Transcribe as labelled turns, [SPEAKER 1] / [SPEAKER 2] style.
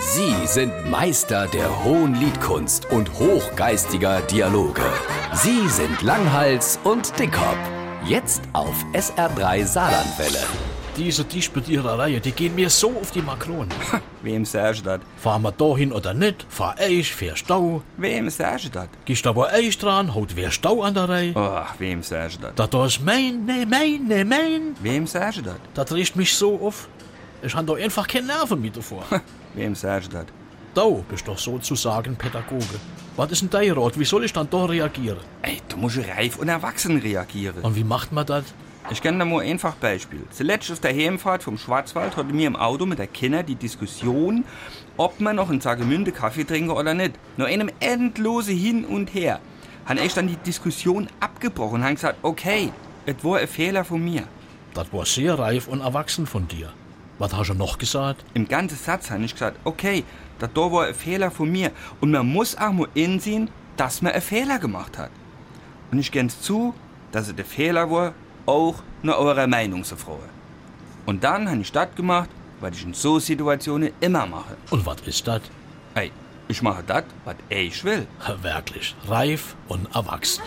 [SPEAKER 1] Sie sind Meister der hohen Liedkunst und hochgeistiger Dialoge. Sie sind Langhals und Dickhop. Jetzt auf SR3 Saarlandwelle.
[SPEAKER 2] Diese Disputiererei, die gehen mir so auf die Makronen.
[SPEAKER 3] Wem sagst du das?
[SPEAKER 2] Fahren wir dahin oder nicht, fahr ich, fähr Stau.
[SPEAKER 3] Wem sagst du das?
[SPEAKER 2] Gehst da wo ich dran, haut wer Stau an der Reihe.
[SPEAKER 3] Ach, wem sagst du das?
[SPEAKER 2] Da da ist mein, ne, mein, ne, mein.
[SPEAKER 3] Wem sagst du das?
[SPEAKER 2] Das riecht mich so auf. Ich han da einfach keine Nerven mit davor.
[SPEAKER 3] Wem sagst du das?
[SPEAKER 2] da bist doch sozusagen Pädagoge. Was ist denn dein Rat? Wie soll ich dann da reagieren?
[SPEAKER 3] Ey, du musst reif und erwachsen reagieren.
[SPEAKER 2] Und wie macht man das?
[SPEAKER 3] Ich kenne da nur ein einfach Beispiel. Zuletzt auf der Heimfahrt vom Schwarzwald hatte mir im Auto mit der Kinder die Diskussion, ob man noch in Sagemünde Kaffee trinke oder nicht. Nur einem endlose Hin und Her. Han ich dann die Diskussion abgebrochen und han gesagt, okay, es war ein Fehler von mir.
[SPEAKER 2] Das war sehr reif und erwachsen von dir. Was hast du noch gesagt?
[SPEAKER 3] Im ganzen Satz habe ich gesagt, okay, das da war ein Fehler von mir. Und man muss auch mal einsehen, dass man einen Fehler gemacht hat. Und ich gebe zu, dass es der Fehler war, auch nach eurer Meinung zu fragen. Und dann habe ich das gemacht, was ich in so Situationen immer mache.
[SPEAKER 2] Und was ist das?
[SPEAKER 3] Ey, ich mache das, was ich will.
[SPEAKER 2] Wirklich reif und erwachsen.